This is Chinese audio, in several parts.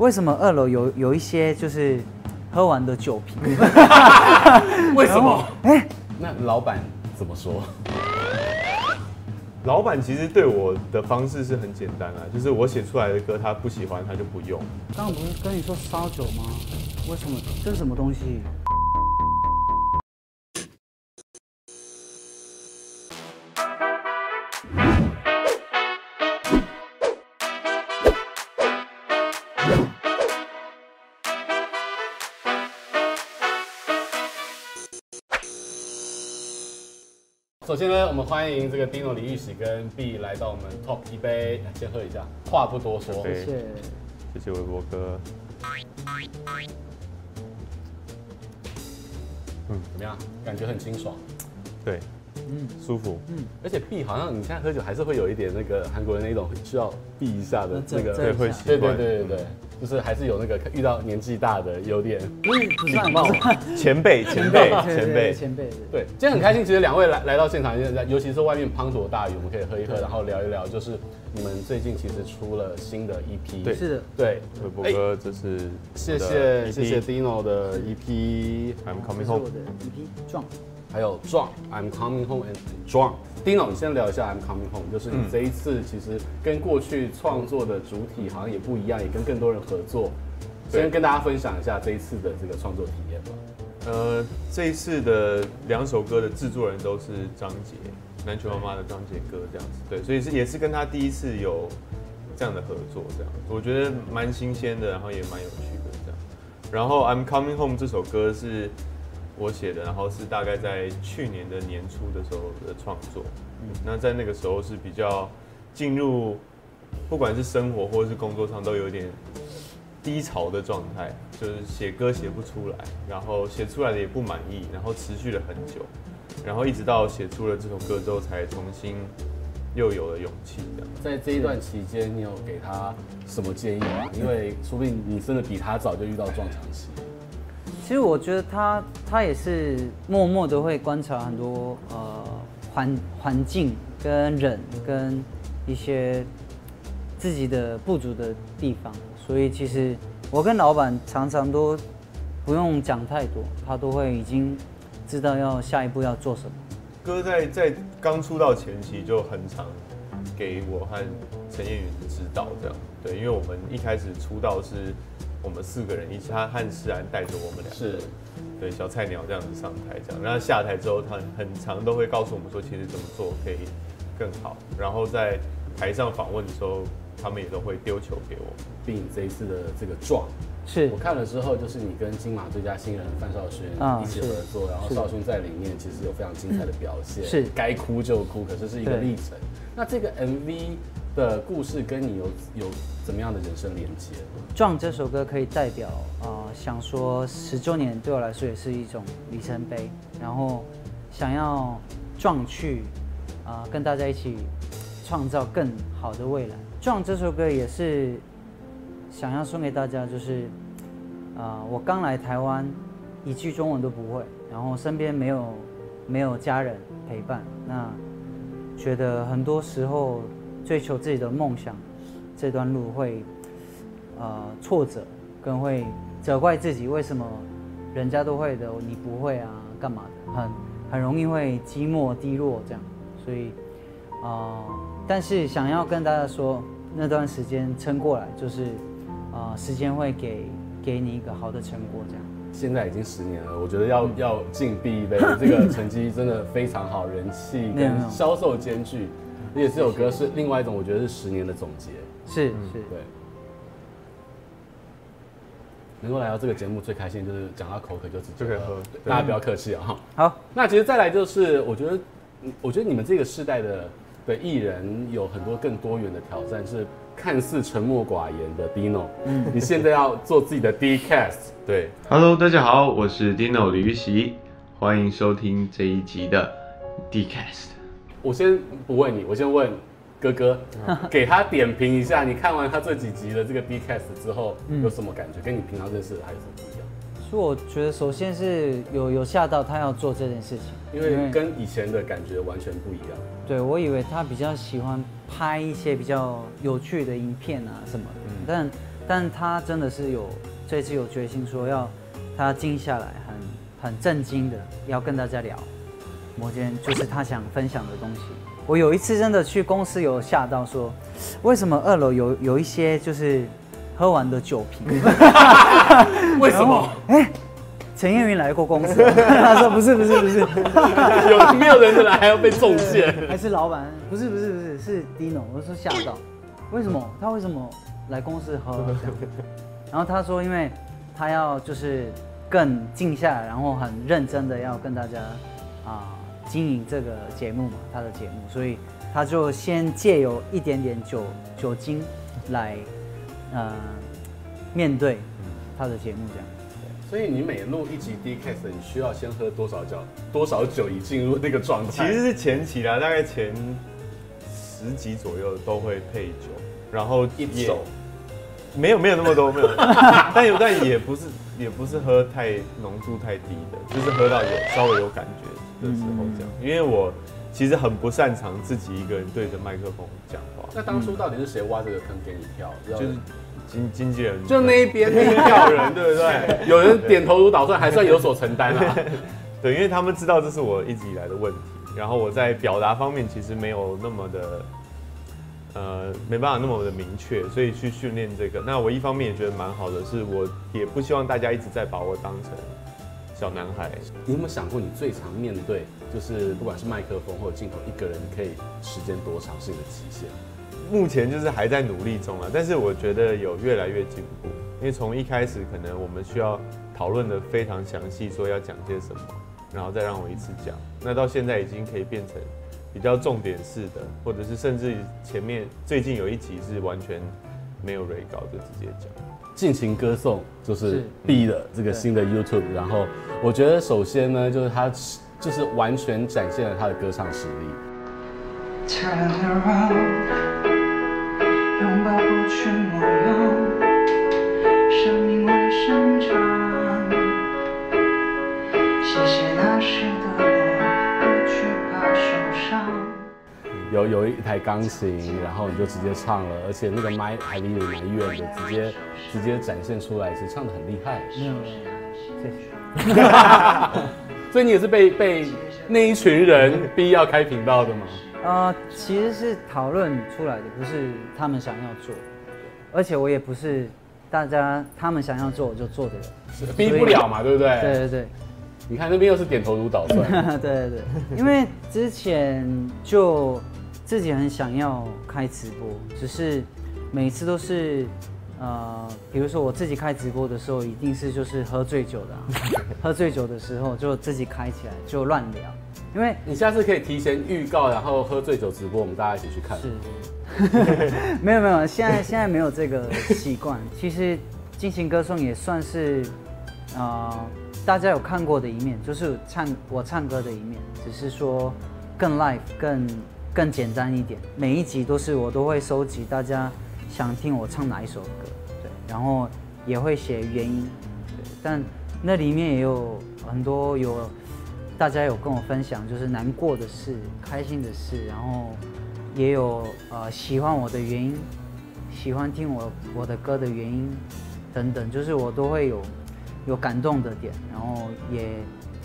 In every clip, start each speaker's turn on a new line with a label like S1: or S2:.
S1: 为什么二楼有有一些就是喝完的酒瓶？
S2: 为什么？
S3: 那老板怎么说？
S4: 老板其实对我的方式是很简单啊，就是我写出来的歌他不喜欢他就不用。
S1: 刚刚不是跟你说烧酒吗？为什么？这是什么东西？
S3: 首先呢，我们欢迎这个 Dino 李玉玺跟 B 来到我们 Top 一杯，先喝一下。话不多说，
S4: 对
S1: 谢谢。
S4: 谢谢微博哥，
S3: 怎么样？感觉很清爽。
S4: 对，嗯，舒服，
S3: 而且 B 好像你现在喝酒还是会有一点那个韩国人那种需要避一下的
S1: 这
S3: 那个，
S1: 这
S4: 对，会习
S3: 对对
S4: 惯。
S3: 对对对，就是还是有那个遇到年纪大的有点。
S1: 不是不算不算
S4: 前辈，前辈，
S1: 对
S4: 前
S1: 对
S4: 辈
S1: 对， 前辈。
S3: 对，今天很开心，其实两位来来到现场，尤其是外面滂沱大雨，我们可以喝一喝，然后聊一聊，就是你们最近其实出了新的一批。
S1: 对
S4: 对
S1: 是的，
S3: 对，
S4: 微博
S3: 哎
S4: 哥，这是
S3: 谢谢谢谢
S4: 谢
S3: Dino 的 E EP，
S4: ，I'm
S1: 这
S4: coming
S1: 是我
S4: home。
S1: 的 EP 壮。
S3: 还有 Drunk I'm Coming Home and Drunk。Dino，你先聊一下 I'm Coming Home，就是
S4: 嗯
S3: 你这一次其实跟过去创作的主体好像也不一样，也跟更多人合作。
S4: 对
S3: 先跟大家分享一下这一次的这个创作体验吧。
S4: 呃，这一次的两首歌的制作人都是张杰，篮球妈妈的张杰哥这样子，对，所以是也是跟他第一次有这样的合作，这样我觉得蛮新鲜的，然后也蛮有趣的这样。然后《I'm Coming Home》这首歌是我写的，然后是大概在去年的年初的时候的创作，那在那个时候是比较进入不管是生活或者是工作上都有点低潮的状态，就是写歌写不出来，然后写出来的也不满意，然后持续了很久，然后一直到写出了这首歌之后，才重新又有了勇气这样。
S3: 在这一段期间，你有给他什么建议吗？因为说不定你真的比他早就遇到撞墙期。
S1: 其实我觉得他他也是默默的会观察很多呃环环境跟人跟一些自己的不足的地方，所以其实我跟老板常常都不用讲太多，他都会已经知道要下一步要做什么。
S4: 歌在在刚出道前期就很常给我和陈燕云指导这样，对，因为我们一开始出道是我们四个人一起，他和诗然带着我们两个人
S3: 是
S4: 对小菜鸟这样子上台这样，那下台之后，他很常都会告诉我们说，其实怎么做可以更好。然后在台上访问的时候，他们也都会丢球给我。
S3: 并你这一次的这个撞，
S1: 是
S3: 我看了之后，就是你跟金马最佳新人范少勋
S1: 啊
S3: 一起
S1: 是
S3: 合作，然后
S1: 是
S3: 少勋在里面其实有非常精彩的表现，
S1: 是
S3: 该哭就哭，可是是一个
S1: 对
S3: 历程。那这个 MV 的故事跟你有有怎么样的人生连接？
S1: 《撞》这首歌可以代表啊、呃想说十周年对我来说也是一种里程碑，然后想要撞去啊、呃跟大家一起创造更好的未来。《撞》这首歌也是想要送给大家，就是啊、呃我刚来台湾，一句中文都不会，然后身边没有没有家人陪伴，那觉得很多时候追求自己的梦想这段路会呃挫折，更会责怪自己为什么人家都会的，你不会啊，干嘛的，很很容易会寂寞低落这样，所以呃，但是想要跟大家说，那段时间撑过来，就是呃，时间会给给你一个好的成果这样。
S3: 现在已经十年了，我觉得
S4: 嗯
S3: 要、要敬 B 一 杯，这个成绩真的非常好，人气
S1: 没有没
S3: 跟
S1: 有
S3: 销售兼 具。而且这首歌是另外一种，我觉得是十年的总结。
S1: 是是，
S3: 对。能够来到这个节目最开心就是讲到口渴就直接
S4: 就可以喝
S3: 对
S4: 对
S3: 大家不要客气啊哈。
S1: 好，
S3: 那其实再来就是，我觉得，嗯我觉得你们这个世代的的艺人有很多更多元的挑战，是看似沉默寡言的 Dino，你
S4: 嗯
S3: 现在要做自己的 D Cast，
S4: 对，Hello，大家好，我是 Dino 李玉玺，欢迎收听这一集的 Dcast。
S3: 我先不问你，我先问哥哥，给他点评一下，你看完他这几集的这个 D Cast 之后有什么感觉？跟你平常认识的还有什么不一样？
S1: 所以我觉得首先是有有吓到他要做这件事情，
S3: 因为跟以前的感觉完全不一样。
S1: 对，我
S2: 嗯
S1: 以为他比较喜欢拍一些比较有趣的影片啊什么的，但但他真的是有这次有决心说要他静下来很，很震惊的要跟大家聊某件就是他想分享的东西。我有一次真的去公司有吓到说，为什么二楼有有一些就是喝完的酒 瓶？
S2: 为什么？
S1: 哎陈燕云来过公司， 他说不是不是不是，
S3: 有没有人来还要被中箭？
S1: 还是老板？不是不是不是，是 Dino。我说吓到，为什么他为什么来公司喝？这样然后他说，因为他要就是更静下来，然后很认真的要跟大家啊、经营这个节目嘛，他的节目，所以他就先借由一点点酒酒精来呃面对他的节目这样。
S3: 所以你每录一集 D cast，你需要先喝多少酒？多少酒以进入那个状
S4: 其
S3: 态？
S4: 实是前期啦，大概前十集左右都会配酒，然后
S3: 一
S4: 也
S3: 手
S4: 没有没有那么多，没有，但有但也不是也不是喝太浓度太低的，就是喝到有稍微有感觉的时候这样。因为我其实很不擅长自己一个人对着麦克风讲话，
S3: 那当初到底是谁挖这个坑给你跳？
S4: 就
S3: 就是是
S4: 经经纪人
S3: 就那一边那一票人，对不对？有人点头如捣蒜，还算有所承担啦。
S4: 对，因为他们知道这是我一直以来的问题，然后我在表达方面其实没有那么的，呃，没办法那么的明确，所以去训练这个。那我一方面也觉得蛮好的，是我也不希望大家一直在把我当成小男孩。
S3: 你有没有想过，你最常面对就是不管是麦克风或者镜头，一个人你可以时间多长是你的极限？
S4: 目前就是还在努力中啊，但是我觉得有越来越进步，因为从一开始可能我们需要讨论的非常详细，说要讲些什么，然后再让我一次讲。那到现在已经可以变成比较重点式的，或者是甚至前面最近有一集是完全没有 re 稿就直接讲。
S3: 尽情歌颂就是嗯
S1: 是
S3: B 的这个新的 YouTube，然后我觉得首先呢，就是他就是完全展现了他的歌唱实力。
S5: Turn around，拥抱不去模样，生命会生长。谢谢那时的我，不去怕受伤。
S3: 有有一台钢琴，然后你就直接唱了，而且那个麦还离你蛮远的，直接直接展现出来，是唱的很厉害。
S1: 没有没
S5: 嗯
S1: 有，谢谢。
S3: 所以你也是被被那一群人逼要开频道的吗？
S1: 呃，其实是讨论出来的，不是他们想要做，而且我也不是大家他们想要做我就做的人。
S3: 逼不了嘛，对不对？
S1: 对对对，
S3: 你看那边又是点头如捣
S1: 对
S3: 蒜，
S1: 对对，因为之前就自己很想要开直播，只是每次都是。呃，比如说我自己开直播的时候，一定是就是喝醉酒的、啊， 喝醉酒的时候就自己开起来就乱聊，因为
S3: 你下次可以提前预告，然后喝醉酒直播，我们大家一起去看。
S1: 是， 没有没有，现在现在没有这个习惯。 其实进行歌颂也算是，呃，大家有看过的一面，就是唱我唱歌的一面，只是说更 live 更更简单一点。每一集都是我都会收集大家想听我唱哪一首歌，对，然后也会写原因，对，但那里面也有很多有。大家有跟我分享，就是难过的事、开心的事，然后也有呃喜欢我的原因，喜欢听我我的歌的原因等等，就是我都会有呃有感动的点，然后也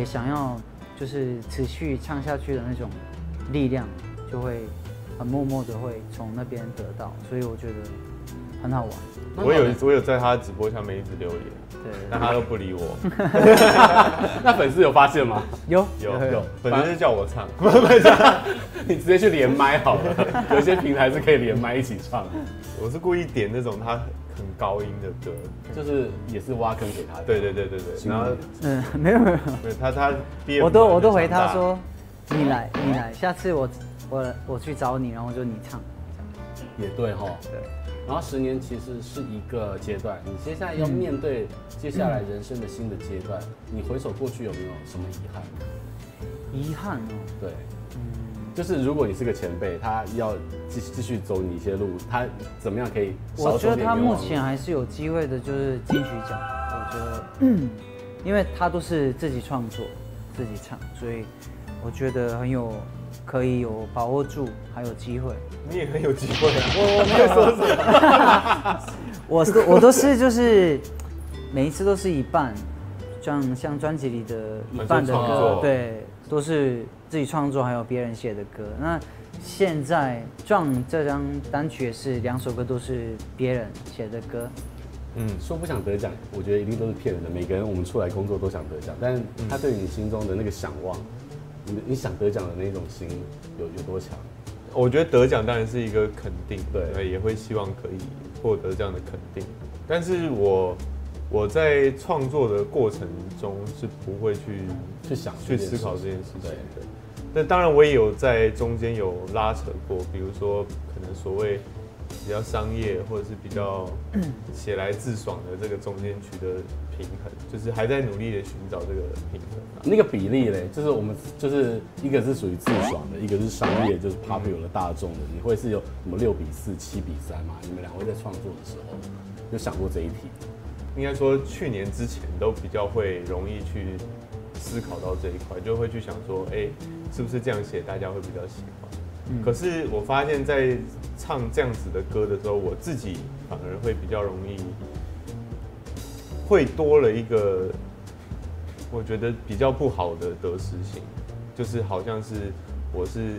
S1: 也想要就是持续唱下去的那种力量，就会很默默的会从那边得到，所以我觉得很好玩。
S4: 我有我有在他直播下面一直留言，但
S1: 对，
S4: 他都不理我。
S3: 那粉丝有发现吗？
S1: 有
S4: 有
S3: 有
S4: 有，本身是叫我唱。
S3: 你直接去连麦好了， 有些平台是可以连麦一起唱的，
S4: 我是故意点那种他很高音的歌，
S3: 就是也是挖坑给他的。
S4: 对对对对对，
S3: 然
S4: 然后
S3: 后
S1: 嗯，没有没有。
S4: 没有他他毕业
S1: 我都
S4: 舞蹈
S1: 我都
S4: 就
S1: 回
S4: 长
S1: 他
S4: 大
S1: 说，你来你来，下次我我我去找你，然后就你唱。
S3: 也对哈。
S1: 对，
S3: 然后十年其实是一个阶段，你接下来要面对接下来人生的新的阶段，你回首过去有没有什么遗憾？
S1: 遗憾哦，
S3: 对，就是如果你是个前辈，他要继继续走你一些路，他怎么样可以少
S1: 我觉
S3: 走
S1: 得
S3: 点
S1: 他
S3: 冤枉
S1: 目
S3: 路
S1: 前还是有机会的，就是金曲奖。我觉 得，嗯因为他都是自己创作、自己唱，所以我觉得很有可以有把握住，还有机会。
S4: 你也很有机会啊。
S1: 我没有说什么，我都我都是就是每一次都是一半，像像专辑里的一半的
S4: 很多创
S1: 歌
S4: 作，
S1: 对，都是自己创作，还有别人写的歌。那现在《壮》这张单曲也是两首歌都是别人写的歌，
S4: 嗯，
S3: 说不想得奖，我觉得一定都是骗人的。每个人我们出来工作都想得奖，但
S1: 嗯
S3: 他对你心中的那个想望，你的你想得奖的那种心有有多强？
S4: 我觉得得奖当然是一个肯定，
S3: 对
S4: 也会希望可以获得这样的肯定。但是我我在创作的过程中是不会去
S3: 去想这
S4: 去
S3: 件
S4: 思
S3: 事
S4: 考这
S3: 情
S4: 件事情
S3: 对
S4: 的。但当然，我也有在中间有拉扯过，比如说可能所谓比较商业或者是比较
S3: 嗯
S4: 写来自爽的这个中间取得平衡，就是还在努力的寻找这个平衡啊、
S3: 那个比例嘞，就是我们就是一个是属于自爽的，一个是商业，就是 popular 的大众的。你会是有什么六比四、七比三嘛？你们两位在创作的时候有想过这一题？
S4: 应该说去年之前都比较会容易去思考到这一块，就会去想说，哎、是不是这样写大家会比较喜欢？可是我发现，在唱这样子的歌的时候，我自己反而会比较容易，会多了一个我觉得比较不好的得失心，就是好像是我是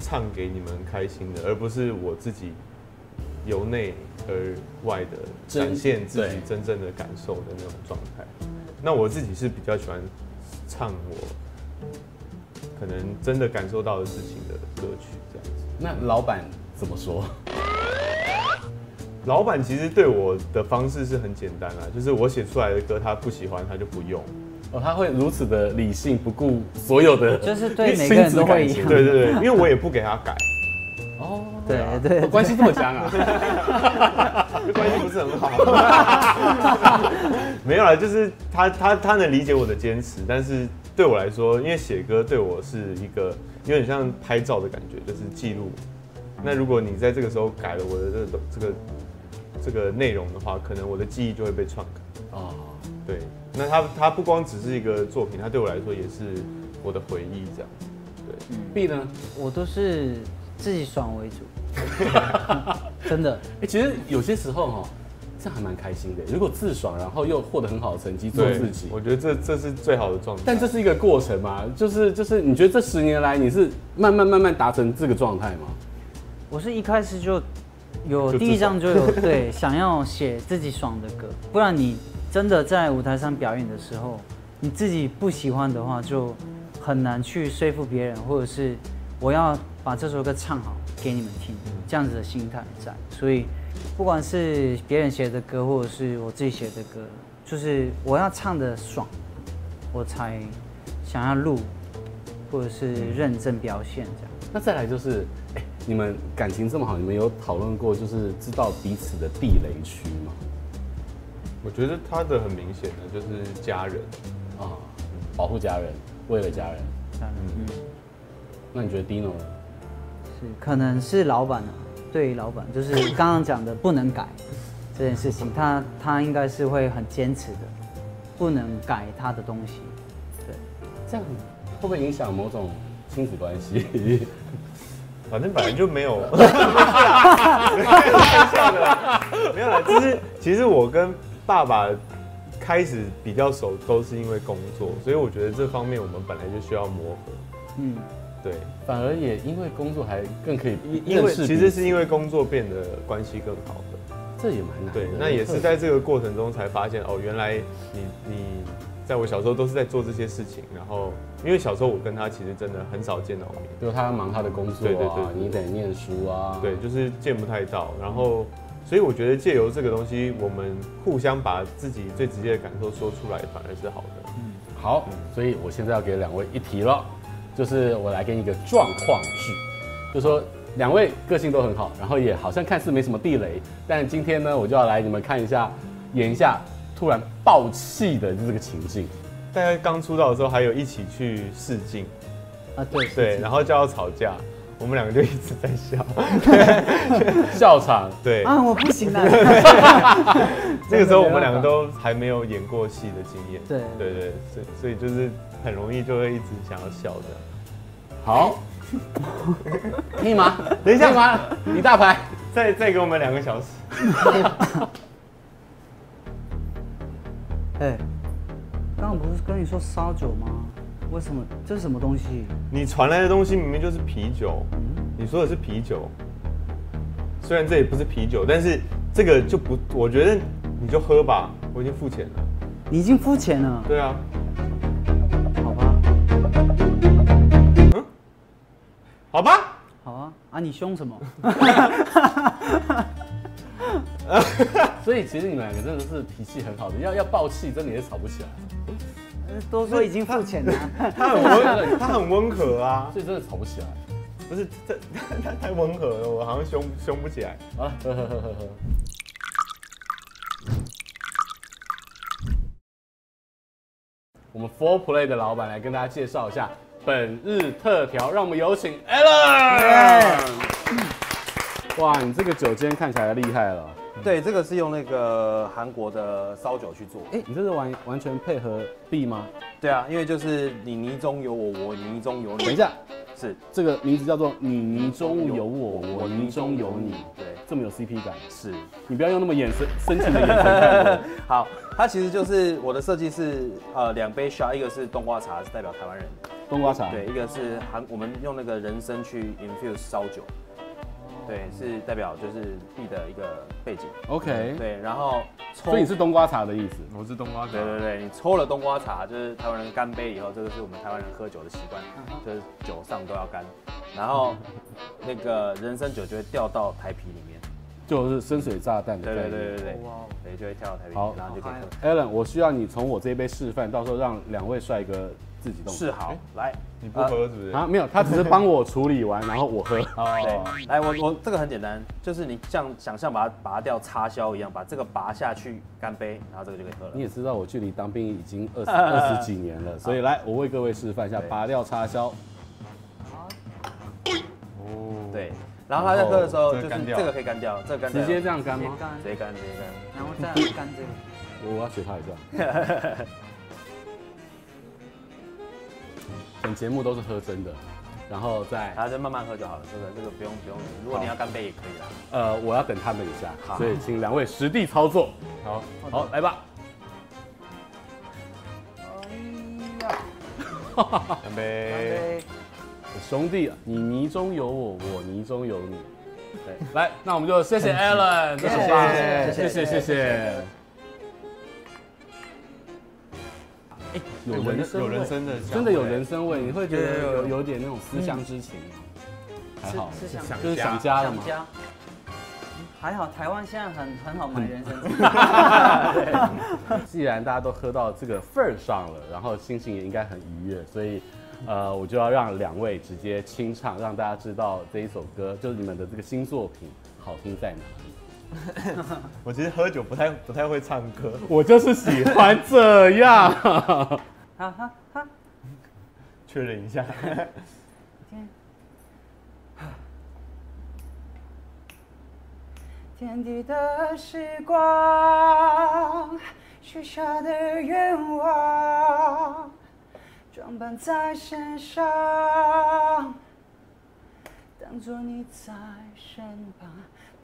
S4: 唱给你们开心的，而不是我自己由内而外的展现自己
S3: 对
S4: 真正的感受的那种状态。那我自己是比较喜欢唱我可能真的感受到的事情的歌曲这样子。
S3: 那老板怎么 说？
S4: 老板其实对我的方式是很简单啦，就是我写出来的歌他不喜欢他就不用，
S3: 哦，他会如此的理性，不顾所有的
S1: 就是对
S3: 心思感情，
S1: 每个人都 会一样
S4: 对对对，因为我也不给他改，
S3: 哦，
S1: 对
S3: 啊
S1: 对对
S3: 关系这么强啊！
S4: 关系不是很好。 没有啦，就是他他他能理解我的坚持，但是对我来说，因为写歌对我是一个有点像拍照的感觉，就是记录。那如果你在这个时候改了我的这个这个这个内容的话，可能我的记忆就会被篡改。
S3: 哦，
S4: 对，那它它不光只是一个作品，它对我来说也是我的回忆这样。对，
S3: B 呢？
S1: 我都是自己爽为主， 真的。
S3: 哎、其实有些时候哈、哦，这样还蛮开心的。如果自爽，然后又获得很好的成绩，做
S4: 对
S3: 自己，
S4: 我觉得这这是最好的状态。
S3: 但这是一个过程嘛，就是就是，你觉得这十年来你是慢慢慢慢达成这个状态吗？
S1: 我是一开始就有
S4: 就自
S1: 第一张就 有对想要写自己爽的歌，不然你真的在舞台上表演的时候，你自己不喜欢的话，就很难去说服别人，或者是我要把这首歌唱好给你们听，
S4: 嗯
S1: 这样子的心态在。所以不管是别人写的歌，或者是我自己写的歌，就是我要唱的爽，我才想要录，或者是认真表现这样。
S3: 那再来就是，哎、你们感情这么好，你们有讨论过就是知道彼此的地雷区吗？
S4: 我觉得他的很明显的就是家人，
S3: 啊、保护家人，为了家人。
S1: 当然嗯
S3: 那你觉得 Dino 呢？
S1: 是，可能是老板啊，对于老板，就是 刚刚讲的不能改这件事情，他他应该是会很坚持的，不能改他的东西。对，
S3: 这样会不会影响某种亲子关系？
S4: 反正本来就没有，没有啦，只是其实我跟爸爸开始比较熟，都是因为工作，所以我觉得这方面我们本来就需要磨合。
S1: 嗯，
S4: 对，
S3: 反而也因为工作还更可以
S4: 因因
S3: 认
S4: 为
S3: 识彼此，
S4: 其实是因为工作变得关系更好的。
S3: 这也蛮难的。
S4: 对，那也是在这个过程中才发现哦，原来你你在我小时候都是在做这些事情，然后因为小时候我跟他其实真的很少见到面，
S3: 比如他忙他的工作啊，
S4: 对对对对
S3: 你得念书啊，
S4: 对，就是见不太到，然后所以我觉得借由这个东西，我们互相把自己最直接的感受说出来，反而是好的。
S3: 好，
S4: 嗯
S3: 所以我现在要给两位一题了，就是我来给你一个状况句，就说两位个性都很好，然后也好像看似没什么地雷，但今天呢，我就要来你们看一下，演一下突然爆气的这个情境。
S4: 大家刚出道的时候，还有一起去试镜，
S1: 啊对
S4: 对，然后就要吵架，我们两个就一直在笑，
S3: 笑场，
S4: 对。
S1: 啊我不行 了，
S4: 这个时候我们两个都还没有演过戏的经验，
S1: 对
S4: 对对，所以所以就是很容易就会一直想要笑的。
S3: 好，可以吗？
S4: 等一下
S3: 可以吗？你大牌，
S4: 再再给我们两个小时。
S1: 哎，刚刚不是跟你说烧酒吗？为什么这是什么东西？
S4: 你传来的东西明明就是啤酒，你说的是啤酒，虽然这也不是啤酒，但是这个就不，我觉得你就喝吧，我已经付钱了。
S1: 你已经付钱了，
S4: 对啊，
S1: 好吧，
S4: 好吧，
S1: 好啊，啊你凶什么？
S3: 所以其实你们两个真的是脾气很好的，要要爆气，真的也吵不起来，
S1: 都说已经付钱了，
S4: 他 很温，他很温和啊，
S3: 所以真的吵不起来。
S4: 不是这他他太温和了，我好像凶凶不起来。
S3: 好了，呵呵呵呵呵。我们 Four Play 的老板来跟大家介绍一下本日特调，让我们有请 Alan。哇，你这个酒今天看起来厉害了，
S2: 对，这个是用那个韩国的烧酒去做。
S3: 哎、你这是完完全配合 B 吗？
S2: 对啊，因为就是你泥中有我，我泥中有你。
S3: 等一，下，
S2: 是
S3: 这个名字叫做你泥中有我，我泥中有你，
S2: 对，
S3: 这么有 CP 感，
S2: 是。
S3: 你不要用那么眼神深情的眼神 看我。
S2: 好，它其实就是我的设计是呃两杯 shot，一个是冬瓜茶，是代表台湾人的，
S3: 冬瓜茶，
S2: 对，一个是韩我们用那个人参去 infuse 烧酒，对，是代表就是 B 的一个背景。
S3: ，OK，
S2: 对，然后抽
S3: 所以你是冬瓜茶的意思。
S4: 我是冬瓜
S2: 对对对，你抽了冬瓜茶，就是台湾人干杯以后，这个是我们台湾人喝酒的习惯，
S1: 嗯
S2: 就是酒上都要干，然后那个人参酒就会掉到台啤里面，
S3: 就是深水炸弹的
S2: 对
S3: 概
S2: 对
S3: 念。
S2: 对对对
S1: 哇哦，
S2: 对就会跳到台啤里
S3: 好
S2: 面，然后就可以喝
S3: Alan，我需要你从我这一杯示范，到时候让两位帅哥自己动手。
S2: 是好，来，
S4: 你不喝是不是？
S3: 啊，没有，他只是帮我处理完，然后我 喝。
S2: 哦对，来我我这个很简单，就是你像想象把它拔掉插销一样，把这个拔下去干杯，然后这个就可以喝
S3: 你
S2: 了。
S3: 也知道我距离当兵已经 二十二十几年了，所以来我为各位示范一下，
S2: 对
S3: 拔掉插销。
S4: 哦，
S2: 对，然后他在喝的时候，
S4: 然后这个干
S2: 就是
S4: 掉
S2: 这个可以干掉，这个干掉
S3: 直接这样干吗？
S1: 干
S2: 直接干直接干，
S1: 然后再干这个。
S3: 我我要学他一下。 本节目都是喝真的，然后再
S2: 然后就慢慢喝就好了，这个这个不用不用，如果你要干杯也可以啦。啊
S3: 呃，我要等他们一下，
S2: 好
S3: 所以请两位实地操作。
S4: 好，
S3: 好，来吧。
S4: 干杯。
S3: 兄弟，你泥中有我，我泥中有你。对，来，那我们就谢 谢 Alan，这很棒，
S4: 谢
S3: 谢谢谢谢。哎有
S4: 有
S3: 人
S4: 人
S3: 生
S4: 有
S3: 味
S4: 人生的香味，
S3: 真的有人生味，你会觉得
S4: 有
S3: 有
S4: 有有
S3: 有点那种思乡之情，还好，
S1: 吃吃想
S3: 就是想家了嘛
S1: 想。家。嗯还好台湾现在很很好买人参，
S3: 既然大家都喝到这个份儿上了，然后心情也应该很愉悦，所以，呃，我就要让两位直接清唱，让大家知道这一首歌就是你们的这个新作品好听在哪里。
S4: 我其实喝酒不太不太会唱歌，
S3: 我就是喜欢这样。
S1: 哈哈哈。
S4: 确认一下。
S1: 天，天地的时光，许下的愿望，装扮在身上，当作你在身旁，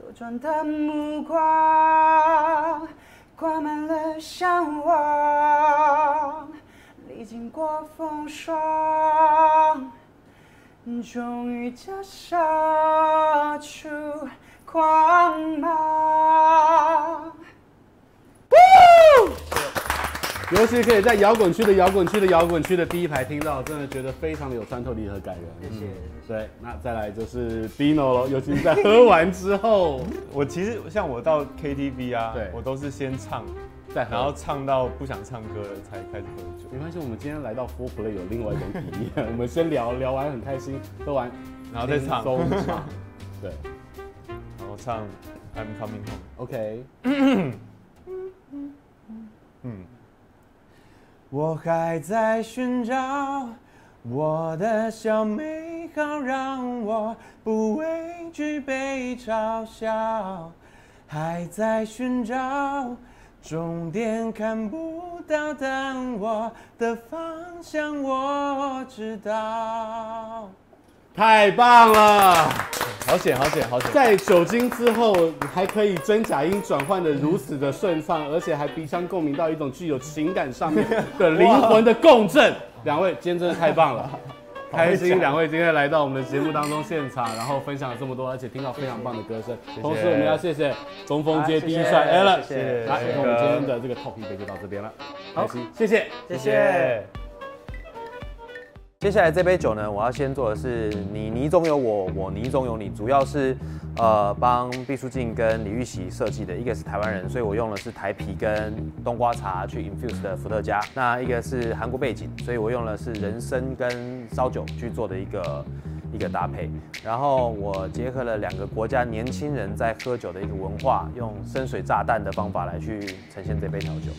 S1: 多转的目光，挂满了向往，历经过风霜。终于折射出光芒。
S3: 尤其可以在摇滚区的摇滚区的摇滚区的第一排听到，真的觉得非常的有穿透力和感人。谢谢。对，那再来就是 Dino 了，尤其是在喝完之后
S4: 我其实像我到 KTV 啊
S3: 对，
S4: 我都是先唱，
S3: 再喝，
S4: 然后唱到不想唱歌了才开始喝酒。
S3: 没关系，我们今天来到 Four Play 有另外一种体验。我们先聊聊完很开心，喝完
S4: 然后再唱
S3: 轻松唱。对
S4: 然后唱 I'm coming home。
S3: ，OK，
S4: 我还在寻找我的小美好，让我不畏惧被嘲笑。还在寻找终点看不到，但我的方向我知道。
S3: 太棒了！
S6: 好险，好险，好险！
S3: 在酒精之后还可以真假音转换的如此的顺畅，而且还鼻腔共鸣到一种具有情感上面的灵魂的共振。两位今天真的太 棒了，开心两位今天来到我们的节目当中现场，然后分享了这么多，而且听到非常棒的歌声。同时我们要谢谢中锋街第一帅 a l l e
S1: 谢谢
S3: 好，那我们今天的这个 Top 一杯就到这边了，
S1: 好
S3: 开心，谢谢。
S1: 谢谢。
S2: 接下来这杯酒呢，我要先做的是你泥中有我，我泥中有你，主要是呃帮毕书尽跟李玉玺设计的，一个是台湾人，所以我用的是台啤跟冬瓜茶去 infuse 的伏特加，那一个是韩国背景，所以我用的是人参跟烧酒去做的一个一个搭配，然后我结合了两个国家年轻人在喝酒的一个文化，用深水炸弹的方法来去呈现这杯调酒。